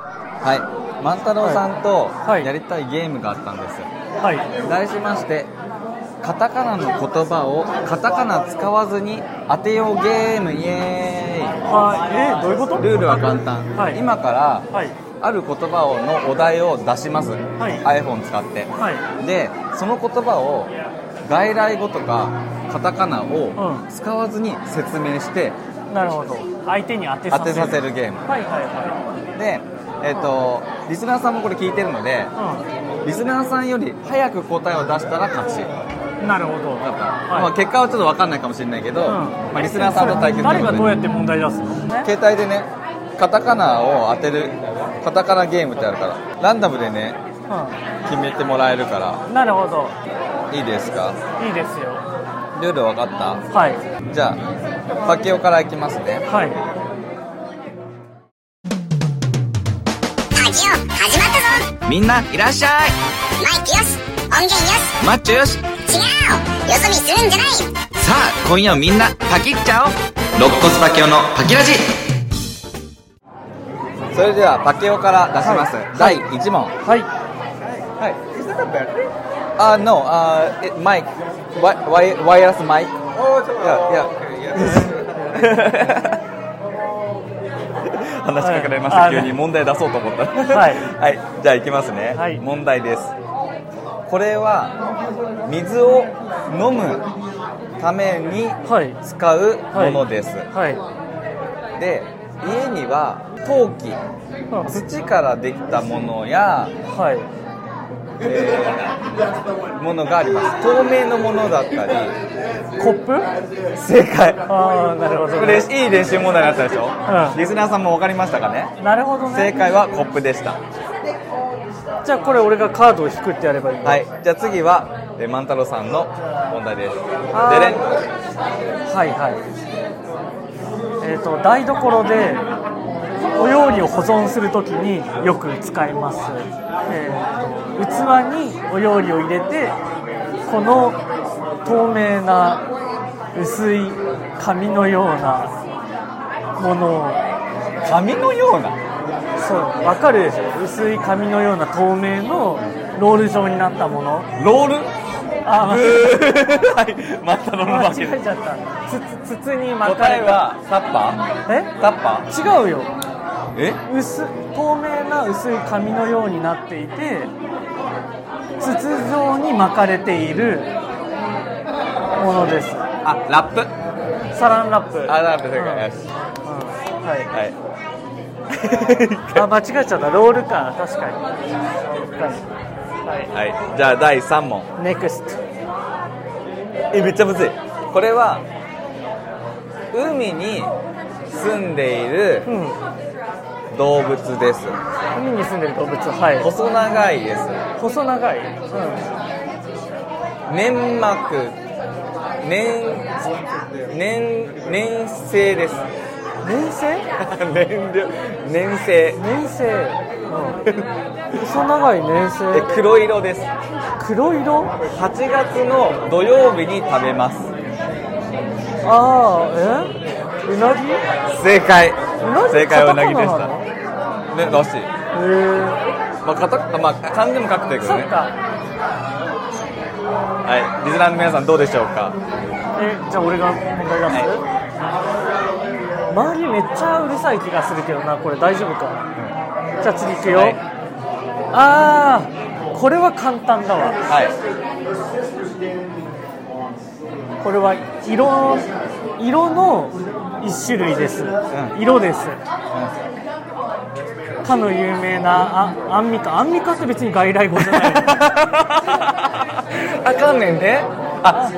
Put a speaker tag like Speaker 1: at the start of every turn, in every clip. Speaker 1: はい万太郎さんと
Speaker 2: はい
Speaker 1: やりたいゲームがあったんです、
Speaker 2: はい
Speaker 1: 題しましてカタカナの言葉をカタカナ使わずに当てようゲームイエーイ
Speaker 2: はいえー、どういうこと
Speaker 1: ルールは簡単、
Speaker 2: はい
Speaker 1: 今から
Speaker 2: はい
Speaker 1: ある言葉をのお題を出します、
Speaker 2: はい
Speaker 1: iPhone 使って
Speaker 2: はい
Speaker 1: でその言葉を外来語とかカタカナを
Speaker 2: うん
Speaker 1: 使わずに説明して
Speaker 2: なるほど相手に当てさ
Speaker 1: 当
Speaker 2: せ
Speaker 1: て
Speaker 2: る
Speaker 1: させるゲーム
Speaker 2: はいはいは
Speaker 1: でえっ、とリスナーさんもこれ聞いてるのでリスナーさんより早く答えを出したら勝ち
Speaker 2: い、うん、なるほど
Speaker 1: だった、
Speaker 2: はい
Speaker 1: まあ、結果はちょっと分かんないかもしれないけど、
Speaker 2: うん
Speaker 1: まあ、リスナーさんと対決とい
Speaker 2: 誰
Speaker 1: う
Speaker 2: が
Speaker 1: こと
Speaker 2: どう
Speaker 1: で
Speaker 2: やって問題出すの
Speaker 1: 携帯でねカタカナを当てるカタカナゲームってあるからランダムでね決めてもらえるか
Speaker 2: うんなるほど
Speaker 1: らいいですか
Speaker 2: いいですよ
Speaker 1: ルール分かった
Speaker 2: はい
Speaker 1: じゃあパケオからいきますね
Speaker 2: はい
Speaker 3: ラジオ始まったぞ
Speaker 4: みんないらっしゃい
Speaker 3: マイクよし音源よ
Speaker 4: マッチョよしさ
Speaker 3: し違うよそ見するんじゃない
Speaker 4: あ今夜みんなパキっちゃおう肋骨パキオのパキラジ
Speaker 1: それではパケオから出します、第1問
Speaker 2: はい
Speaker 1: はい Is that a battery? あ、uh, no, uh, it, mic Wi- wi- wireless mic Oh, it's yeah, yeah. 話しかけられまし
Speaker 2: あ
Speaker 1: た
Speaker 2: あ
Speaker 1: 急に問題出そうと思った
Speaker 2: はい
Speaker 1: はい、じゃあいきますね、
Speaker 2: はい
Speaker 1: 問題ですこれは水を飲むために
Speaker 2: はい
Speaker 1: 使うものです、
Speaker 2: はい
Speaker 1: で家には陶器土からできたものや、
Speaker 2: はい
Speaker 1: えーものがあります透明のものだったり
Speaker 2: コップ
Speaker 1: 正解
Speaker 2: ああなるほど
Speaker 1: これいい練習問題だったでしょ、
Speaker 2: うん
Speaker 1: リスナーさんも分かりましたかね
Speaker 2: なるほどね
Speaker 1: 正解はコップでした
Speaker 2: じゃあこれ俺がカードを引くってやればいいの
Speaker 1: はいじゃあ次はえー万太郎さんの問題ですでれん
Speaker 2: はいはいえっ、と台所でお料理を保存するときによく使います、えー、と器にお料理を入れてこの透明な薄い紙のようなものを
Speaker 1: 紙のような
Speaker 2: そうわかるでしょ薄い紙のような透明のロール状になったもの
Speaker 1: ロ ール
Speaker 2: あ間違
Speaker 1: はい万太郎の負け
Speaker 2: えちゃったつ筒に巻か
Speaker 1: 答え
Speaker 2: れた
Speaker 1: はタッパ
Speaker 2: え
Speaker 1: ータッパ
Speaker 2: 違うよ
Speaker 1: ーえ
Speaker 2: 薄透明な薄い紙のようになっていて筒状に巻かれているものです
Speaker 1: あラップ
Speaker 2: サランラップ
Speaker 1: あラップ正
Speaker 2: うん
Speaker 1: 解よし
Speaker 2: うんは
Speaker 1: はい
Speaker 2: い、あ間違えちゃったロールか確かにはい
Speaker 1: はいじゃあ第3問
Speaker 2: NEXT
Speaker 1: えめっちゃむずいこれは海に住んでいる
Speaker 2: うん
Speaker 1: 動物です
Speaker 2: 海に住んでる動物はい
Speaker 1: 細長いです
Speaker 2: 細長い、うん、
Speaker 1: 粘膜粘粘粘性です
Speaker 2: 粘性
Speaker 1: 粘量粘性
Speaker 2: 粘性、うん、細長い粘
Speaker 1: で
Speaker 2: 性
Speaker 1: 黒色です
Speaker 2: 黒色
Speaker 1: 8月の土曜日に食べます
Speaker 2: ああえうなぎ
Speaker 1: 正解
Speaker 2: うなぎ
Speaker 1: 正解はうなぎでし
Speaker 2: カタ
Speaker 1: た
Speaker 2: カナなの
Speaker 1: ねらしい
Speaker 2: へえ
Speaker 1: まあ、かたまあ、漢字も書くという
Speaker 2: ー、
Speaker 1: こと
Speaker 2: そ
Speaker 1: ね
Speaker 2: っか
Speaker 1: はいリスナーの皆さんどうでしょうか
Speaker 2: えじゃあ俺が問題出す、周りめっちゃうるさい気がするけどなこれ大丈夫か、じゃあ次行くよ、
Speaker 1: はい
Speaker 2: ああこれは簡単だわ
Speaker 1: はい
Speaker 2: これは色色の一種類です、
Speaker 1: ん
Speaker 2: 色です、かの有名なあアンミカアンミカって別に外来語じゃない
Speaker 1: あかんねんであ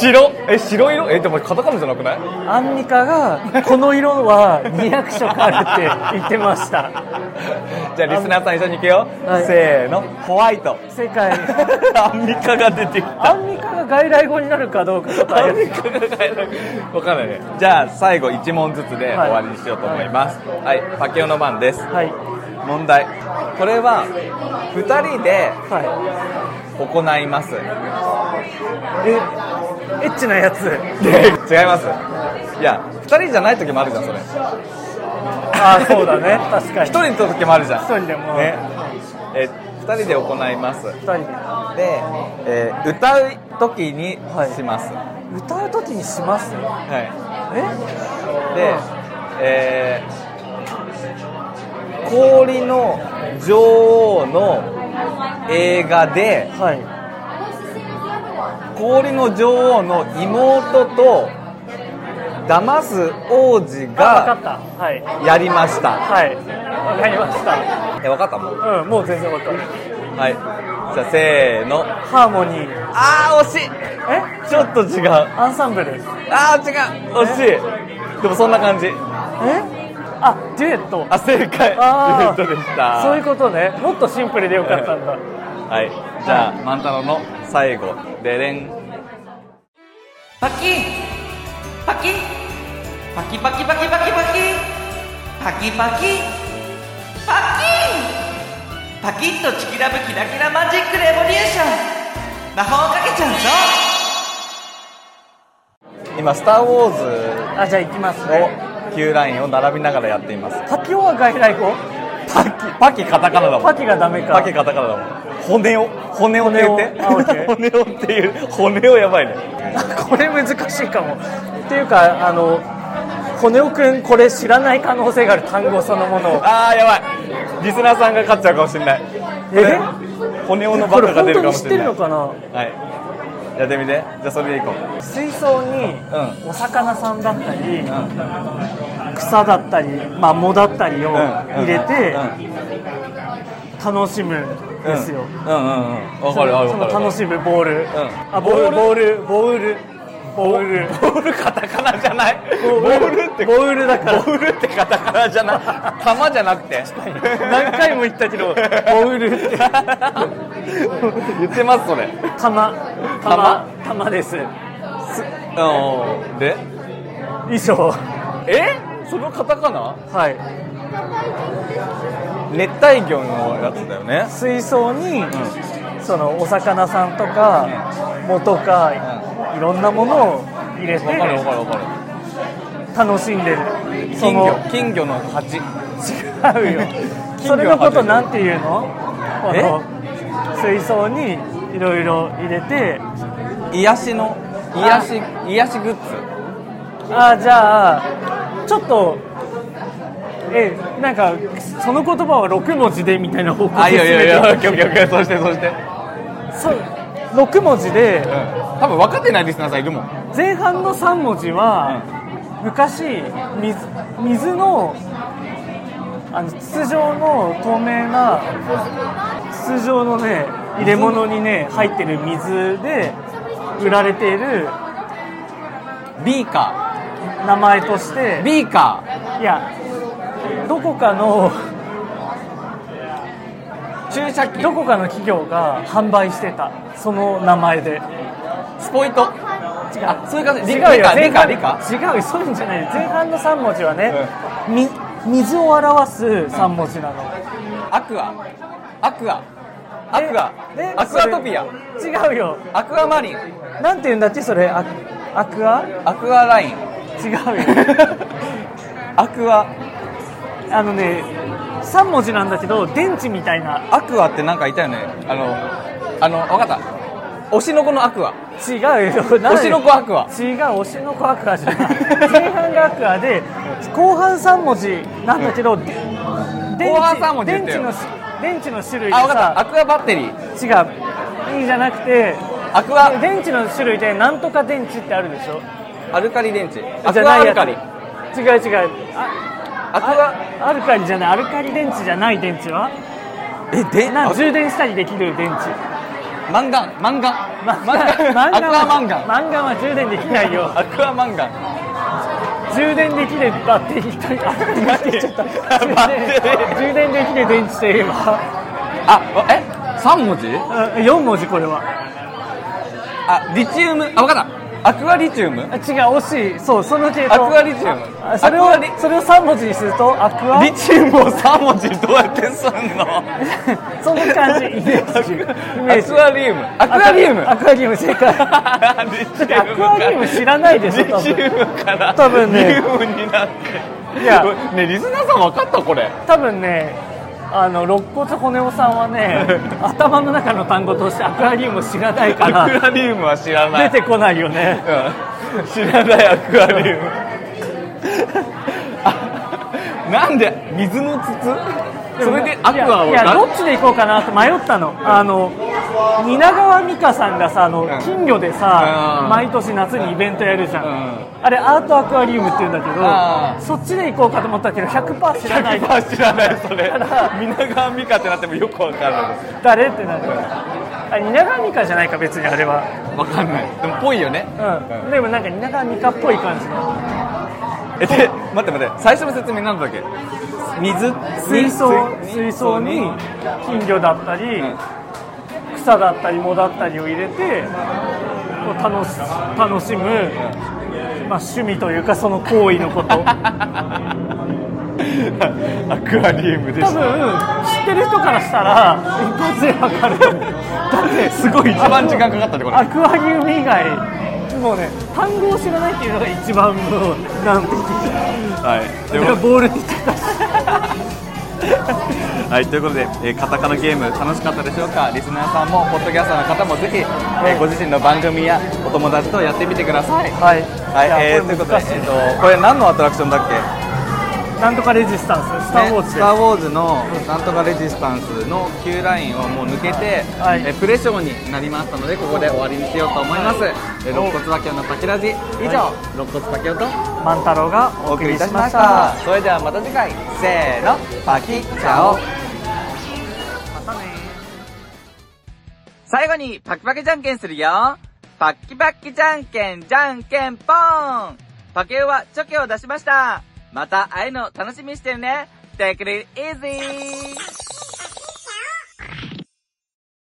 Speaker 1: 白え白色えでもカタカナじゃなくない
Speaker 2: アンミカがこの色は200色あるって言ってました
Speaker 1: じゃあリスナーさん一緒に行くよ、
Speaker 2: はい
Speaker 1: せーのホワイト
Speaker 2: 世界
Speaker 1: アンミカが出てきた
Speaker 2: アンミカが外来語になるかどうか答
Speaker 1: ア
Speaker 2: え
Speaker 1: ンミ
Speaker 2: る
Speaker 1: カが分かんないねじゃあ最後1問ずつで
Speaker 2: はい
Speaker 1: 終わりにしようと思いますはい、パケオの番です
Speaker 2: はい
Speaker 1: 問題これは2人で
Speaker 2: は
Speaker 1: 行います
Speaker 2: いえエッチなやつ
Speaker 1: で違いますいや2人じゃない時もあるじゃんそれ
Speaker 2: あーそうだね 確かに
Speaker 1: 一人の時もあるじゃん
Speaker 2: 一人でもう
Speaker 1: ねえ二人で行います
Speaker 2: 二人で
Speaker 1: で、えー歌う時にします、は
Speaker 2: 歌う時にします
Speaker 1: い
Speaker 2: え
Speaker 1: で、えー氷の女王の映画で
Speaker 2: はい
Speaker 1: 氷の女王の妹と騙す王子
Speaker 2: あ分
Speaker 1: が
Speaker 2: かったはい
Speaker 1: やりました
Speaker 2: はい分かりました
Speaker 1: え分かったもん
Speaker 2: うんもう全然分かった
Speaker 1: はいじゃあせーの
Speaker 2: ハーモニー
Speaker 1: あー惜しい
Speaker 2: え
Speaker 1: ちょっと違う
Speaker 2: アンサンブルえ
Speaker 1: あー違う惜しいでもそんな感じ
Speaker 2: あデュエット
Speaker 1: あ正解
Speaker 2: あー
Speaker 1: デュエットでした
Speaker 2: そういうことねもっとシンプルでよかったんだ
Speaker 1: はいじゃあ、万太郎の最後でれん
Speaker 5: パキンパキンパキパキパキパキパキパキパキパキンパキッとチキラブキラキラマジックレボリューション魔法をかけちゃうぞ
Speaker 1: 今「スター・ウォー
Speaker 2: あじゃあ行きます
Speaker 1: ズ」の
Speaker 2: ね
Speaker 1: Q ラインを並びながらやっています
Speaker 2: パキオは外来語
Speaker 1: パキパキカタカナだもん
Speaker 2: パキがダメか
Speaker 1: パキカタカナだもん骨を骨をって言って
Speaker 2: 骨をあオッケ ー
Speaker 1: 骨をっていう骨をやばいね
Speaker 2: これ難しいかもっていうかあの骨尾くんこれ知らない可能性がある単語そのものを
Speaker 1: あーやばいリスナーさんが勝っちゃうかもしれないこれ骨をのバ
Speaker 2: こ
Speaker 1: カが
Speaker 2: れ本
Speaker 1: 出る
Speaker 2: 当
Speaker 1: か
Speaker 2: に
Speaker 1: も
Speaker 2: 知
Speaker 1: し
Speaker 2: って
Speaker 1: れな
Speaker 2: る
Speaker 1: い
Speaker 2: のかな
Speaker 1: はいやってみてじゃあそれでいこう
Speaker 2: 水槽に
Speaker 1: う
Speaker 2: お魚さんだったり、
Speaker 1: ん
Speaker 2: 草だったりマモだったりを
Speaker 1: うん
Speaker 2: 入れて
Speaker 1: うん
Speaker 2: 楽しむんですよ、
Speaker 1: うんうんうんわかるわかる
Speaker 2: その楽
Speaker 1: い
Speaker 2: しむボール、
Speaker 1: ん
Speaker 2: あボールボールボールボール
Speaker 1: ボールカタカナじゃない
Speaker 2: ボ
Speaker 1: ボールって
Speaker 2: ボールだか
Speaker 1: ボ
Speaker 2: ら
Speaker 1: ールってカタカナじゃない玉じゃなくて
Speaker 2: 何回も言ったけどボールって
Speaker 1: 言ってますそれ
Speaker 2: 玉
Speaker 1: 玉
Speaker 2: 玉玉です
Speaker 1: うんで
Speaker 2: 以上
Speaker 1: えそのカタカナ
Speaker 2: はい
Speaker 1: 熱帯魚のやつだよね
Speaker 2: 水槽に、そのお魚さんとか藻とか、いろんなものを入れて
Speaker 1: わかるわかるわかる
Speaker 2: 楽しんでるそ
Speaker 1: 金
Speaker 2: の
Speaker 1: 魚金魚の鉢
Speaker 2: 違うよ
Speaker 1: 金魚
Speaker 2: それのことなんていうのこ
Speaker 1: え
Speaker 2: の水槽にいろいろ入れて
Speaker 1: 癒しの癒し癒しグッ
Speaker 2: ああじゃあちょっとえなんかその言葉は6文字でみたいな方
Speaker 1: ズ
Speaker 2: 向で進めて
Speaker 1: オッケーオッケーオッケーそしてそして
Speaker 2: そう6文字で
Speaker 1: 多分分かってないリスナーさんいるもん
Speaker 2: 前半の3文字は、昔水水のあの筒状の透明な筒状のね入れ物にね入ってる水で売られている
Speaker 1: ビーカ
Speaker 2: 名前とし
Speaker 1: ー
Speaker 2: て
Speaker 1: ビーカ
Speaker 2: いやどこかの
Speaker 1: ー注射器
Speaker 2: どこかの企業が販売してたその名前で
Speaker 1: スポイト
Speaker 2: 違う
Speaker 1: あそういう感じ
Speaker 2: 違う
Speaker 1: 理
Speaker 2: よ
Speaker 1: 科理科
Speaker 2: 前半
Speaker 1: 理科
Speaker 2: 違うよそういうんじゃないよ前半の3文字はね、み水を表す3文字なの、
Speaker 1: アクアアクアアクア
Speaker 2: で
Speaker 1: アクアトピア
Speaker 2: それ違うよ
Speaker 1: アクアマリン
Speaker 2: なんて言うんだっけそれアクアクア
Speaker 1: アクアライン
Speaker 2: 違うよ
Speaker 1: アクア
Speaker 2: あのね3文字なんだけど電池みたいな
Speaker 1: アクアってなんかいたよねあのあの分かった推しの子のアクア
Speaker 2: 違うよ推
Speaker 1: 推しの子アクア
Speaker 2: 違う推しの子アクアじゃない前半がアクアで後半3文字なんだけど、で電
Speaker 1: 後半三文字言
Speaker 2: 電
Speaker 1: って
Speaker 2: 池
Speaker 1: よ
Speaker 2: の電池の種類
Speaker 1: あ分
Speaker 2: が
Speaker 1: かったア
Speaker 2: さ
Speaker 1: クアバッテリー
Speaker 2: 違ういいじゃなくて
Speaker 1: アクア
Speaker 2: 電池の種類でなんとか電池ってあるでしょ
Speaker 1: アルカリ電池ア
Speaker 2: じゃ
Speaker 1: ク
Speaker 2: な
Speaker 1: ア
Speaker 2: い
Speaker 1: ア
Speaker 2: や
Speaker 1: ル
Speaker 2: つ
Speaker 1: カリ
Speaker 2: 違う違うあ
Speaker 1: アクア
Speaker 2: あアルカリじゃないアルカリ電池じゃない電池は
Speaker 1: えで
Speaker 2: な
Speaker 1: あ
Speaker 2: 充電したりできる電池
Speaker 1: マンガンマンガン
Speaker 2: ま
Speaker 1: マンガンアクアマンガン
Speaker 2: マンガンは充電できないよ
Speaker 1: アクアマンガン
Speaker 2: 充電できるバッテリーとあバッテリーちょっと充電
Speaker 1: バッテリー
Speaker 2: 充電できる電池といえ ば
Speaker 1: あえ三文字
Speaker 2: 4文字これは
Speaker 1: あリチウムあ分かったアクアリチウム
Speaker 2: あ違う惜しいそうその系
Speaker 1: ア
Speaker 2: 統
Speaker 1: クアリチウム
Speaker 2: あそれを
Speaker 1: アクアリ
Speaker 2: それを3文字にするとアクア
Speaker 1: リチウムを三文字どうやってすんの
Speaker 2: そんな感じイメージイメ
Speaker 1: ア
Speaker 2: ージ
Speaker 1: クアリウムアクアリウム
Speaker 2: アクアリウム正解
Speaker 1: ア
Speaker 2: アクアリウム知らないでしょ多
Speaker 1: リチ
Speaker 2: 分
Speaker 1: ウムから
Speaker 2: 多分ね
Speaker 1: リウムになって
Speaker 2: いや
Speaker 1: これねリスナーさん分かったこれ
Speaker 2: 多分ねあの肋骨骨尾さんはね頭の中の単語としてアクアリウムを知らないか
Speaker 1: アク
Speaker 2: ら
Speaker 1: アリウムは知らない
Speaker 2: 出てこないよね
Speaker 1: うん知らないアクアリウムあなんで水の筒それでアクアを
Speaker 2: いやいやど
Speaker 1: な
Speaker 2: っちで行こうかなって迷ったのあの蜷川美香さんがさあの
Speaker 1: ん
Speaker 2: 金魚でさ、
Speaker 1: うん
Speaker 2: 毎年夏にイベントやるじゃん、
Speaker 1: う
Speaker 2: あれアートアクアリウムって言うんだけど、
Speaker 1: あ
Speaker 2: そっちで行こうかと思ったけど100%知らない
Speaker 1: 100%知らないそれ
Speaker 2: だから
Speaker 1: 皆川美香ってなってもよく分からない
Speaker 2: 誰ってなるあ蜷川美香じゃないか別にあれは、
Speaker 1: 分かんないでもぽいよね
Speaker 2: うんでもなんか蜷川美香っぽい感じの
Speaker 1: えで待って待って最初の説明なんだっけ水
Speaker 2: 水槽水槽に金魚だったり、
Speaker 1: ん
Speaker 2: 草だったり藻だったりを入れてこう楽し楽しむ、まあ、趣味というかその行為 のこと
Speaker 1: アクアリウムで
Speaker 2: 多分知ってる人からしたら一発で分かるだってすごい
Speaker 1: 一番時間かかったってこれ
Speaker 2: アクアリウム以外もうね単語を知らないっていうのが一番もう難敵
Speaker 1: はいとい
Speaker 2: だ
Speaker 1: うこ
Speaker 2: から
Speaker 1: と
Speaker 2: ボールって言っちゃった
Speaker 1: ではいということで、えーカタカナゲーム楽しかったでしょうかリスナーさんもポッドキャスターの方もぜひ、えーご自身の番組やお友達とやってみてください
Speaker 2: はい、
Speaker 1: はい
Speaker 2: いや
Speaker 1: えーい
Speaker 2: ことれ
Speaker 1: うことで、
Speaker 2: 難しい
Speaker 1: えーとこれ何のアトラクションだっけ
Speaker 2: なんとかレジスタンススター・ウォー
Speaker 1: ね
Speaker 2: ズで
Speaker 1: スター・ウォーズのなんとかレジスタンスの Q ラインをもう抜けて、
Speaker 2: はい
Speaker 1: えプレショーになりましたのでここで終わりにしようと思います、え肋骨バキオのパキラジ以上、肋骨バキオと
Speaker 2: 万太郎が
Speaker 1: お
Speaker 2: お
Speaker 1: 送
Speaker 2: 送り
Speaker 1: り
Speaker 2: い
Speaker 1: い
Speaker 2: た
Speaker 1: た
Speaker 2: し
Speaker 1: し
Speaker 2: ま
Speaker 1: ま
Speaker 2: し
Speaker 1: したたそれではまた次回せーのパキッチャオ
Speaker 5: 最後にパキパキじゃんけんするよパッキパッキじゃんけんじゃんけんぽーんパケオはチョキを出しましたまた会えるの楽しみにしてるね Take it easy!